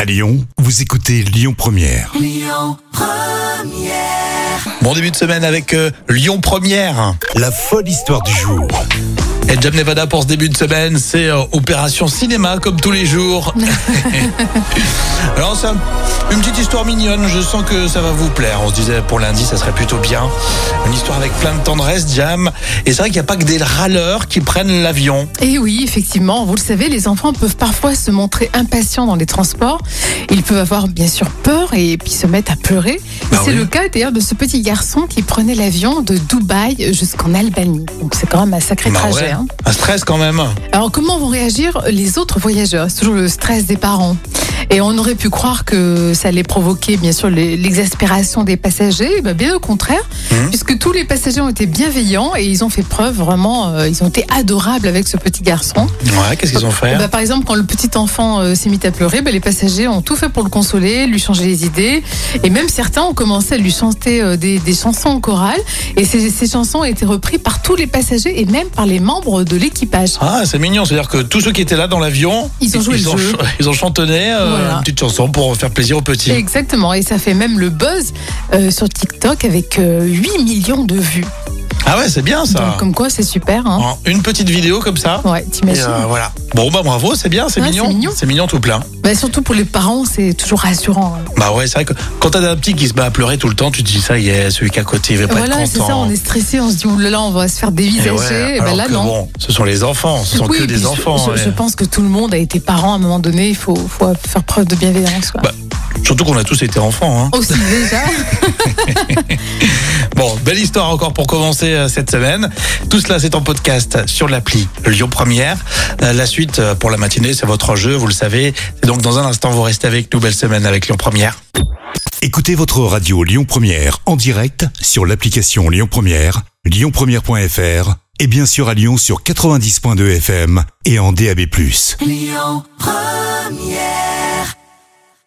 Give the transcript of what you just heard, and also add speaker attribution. Speaker 1: À Lyon, vous écoutez Lyon Première.
Speaker 2: Bon début de semaine avec euh, Lyon Première.
Speaker 1: La folle histoire du jour.
Speaker 2: Et Jam Nevada pour ce début de semaine, c'est euh, opération cinéma comme tous les jours. Alors c'est un- une petite histoire mignonne, je sens que ça va vous plaire. On se disait pour lundi, ça serait plutôt bien. Une histoire avec plein de tendresse, Jam. Et c'est vrai qu'il n'y a pas que des râleurs qui prennent l'avion.
Speaker 3: Et Eh oui, effectivement, vous le savez, les enfants peuvent parfois se montrer impatients dans les transports. Ils peuvent avoir bien sûr peur et puis se mettre à pleurer.
Speaker 2: Bah
Speaker 3: C'est
Speaker 2: oui.
Speaker 3: le cas d'ailleurs de ce petit garçon qui prenait l'avion de Dubaï jusqu'en Albanie. Donc c'est quand même un sacré
Speaker 2: Bah
Speaker 3: trajet.
Speaker 2: ouais,
Speaker 3: hein.
Speaker 2: Un stress quand même.
Speaker 3: Alors comment vont réagir les autres voyageurs C'est toujours le stress des parents. Et on aurait pu croire que ça allait provoquer bien sûr les- l'exaspération des passagers. Eh ben, bien au contraire,
Speaker 2: Mhm.
Speaker 3: puisque tous les passagers ont été bienveillants et ils ont fait preuve vraiment, euh, ils ont été adorables avec ce petit garçon.
Speaker 2: Ouais, qu'est-ce qu'ils ont fait
Speaker 3: Bah, par exemple, quand le petit enfant euh, s'est mis à pleurer, bah, les passagers ont tout fait pour le consoler, lui changer les idées. Et même certains ont commencé à lui chanter euh, des, des chansons en chorale. Et ces, ces chansons ont été reprises par tous les passagers et même par les membres de l'équipage.
Speaker 2: Ah, c'est mignon, c'est-à-dire que tous ceux qui étaient là dans l'avion,
Speaker 3: Ils ont joué le jeu.
Speaker 2: ch- ils ont chantonné euh,
Speaker 3: Voilà.
Speaker 2: une petite chanson pour faire plaisir aux petits.
Speaker 3: Exactement. Et ça fait même le buzz euh, sur TikTok avec euh, 8 millions de vues.
Speaker 2: Ah ouais, c'est bien ça.
Speaker 3: Donc, comme quoi, c'est super. Hein.
Speaker 2: En une petite vidéo comme ça.
Speaker 3: Ouais,
Speaker 2: Et
Speaker 3: t'imagines.
Speaker 2: euh, voilà. Bon bah bravo, c'est bien, c'est
Speaker 3: Ouais,
Speaker 2: mignon.
Speaker 3: Ah, c'est mignon.
Speaker 2: tout plein.
Speaker 3: Bah, surtout pour les parents, c'est toujours rassurant. hein.
Speaker 2: Bah ouais, c'est vrai que quand t'as un petit qui se bat à pleurer tout le temps, tu te dis ça y est, celui qui est à côté il va pas
Speaker 3: Voilà,
Speaker 2: être
Speaker 3: c'est
Speaker 2: content.
Speaker 3: ça, on est stressé, on se dit, oulala, on va se faire dévisager.
Speaker 2: Et ouais,
Speaker 3: Et bah,
Speaker 2: alors
Speaker 3: là,
Speaker 2: que
Speaker 3: non.
Speaker 2: bon, ce sont les enfants, ce sont
Speaker 3: Oui,
Speaker 2: que
Speaker 3: et
Speaker 2: des
Speaker 3: puis je-
Speaker 2: enfants.
Speaker 3: Je,
Speaker 2: ouais.
Speaker 3: je pense que tout le monde a été parent à un moment donné. Il faut, faut faire preuve de bienveillance. quoi.
Speaker 2: Bah, Surtout qu'on a tous été enfants. hein.
Speaker 3: Aussi déjà.
Speaker 2: Bon, belle histoire encore pour commencer euh, cette semaine. Tout cela, c'est en podcast sur l'appli Lyon Première. Euh, La suite euh, pour la matinée, c'est votre jeu, vous le savez. Et donc, dans un instant, vous restez avec nous. Belle semaine avec Lyon Première.
Speaker 1: Écoutez votre radio Lyon Première en direct sur l'application Lyon Première, lyonpremière.fr et bien sûr à Lyon sur 90.2 FM et en DAB+.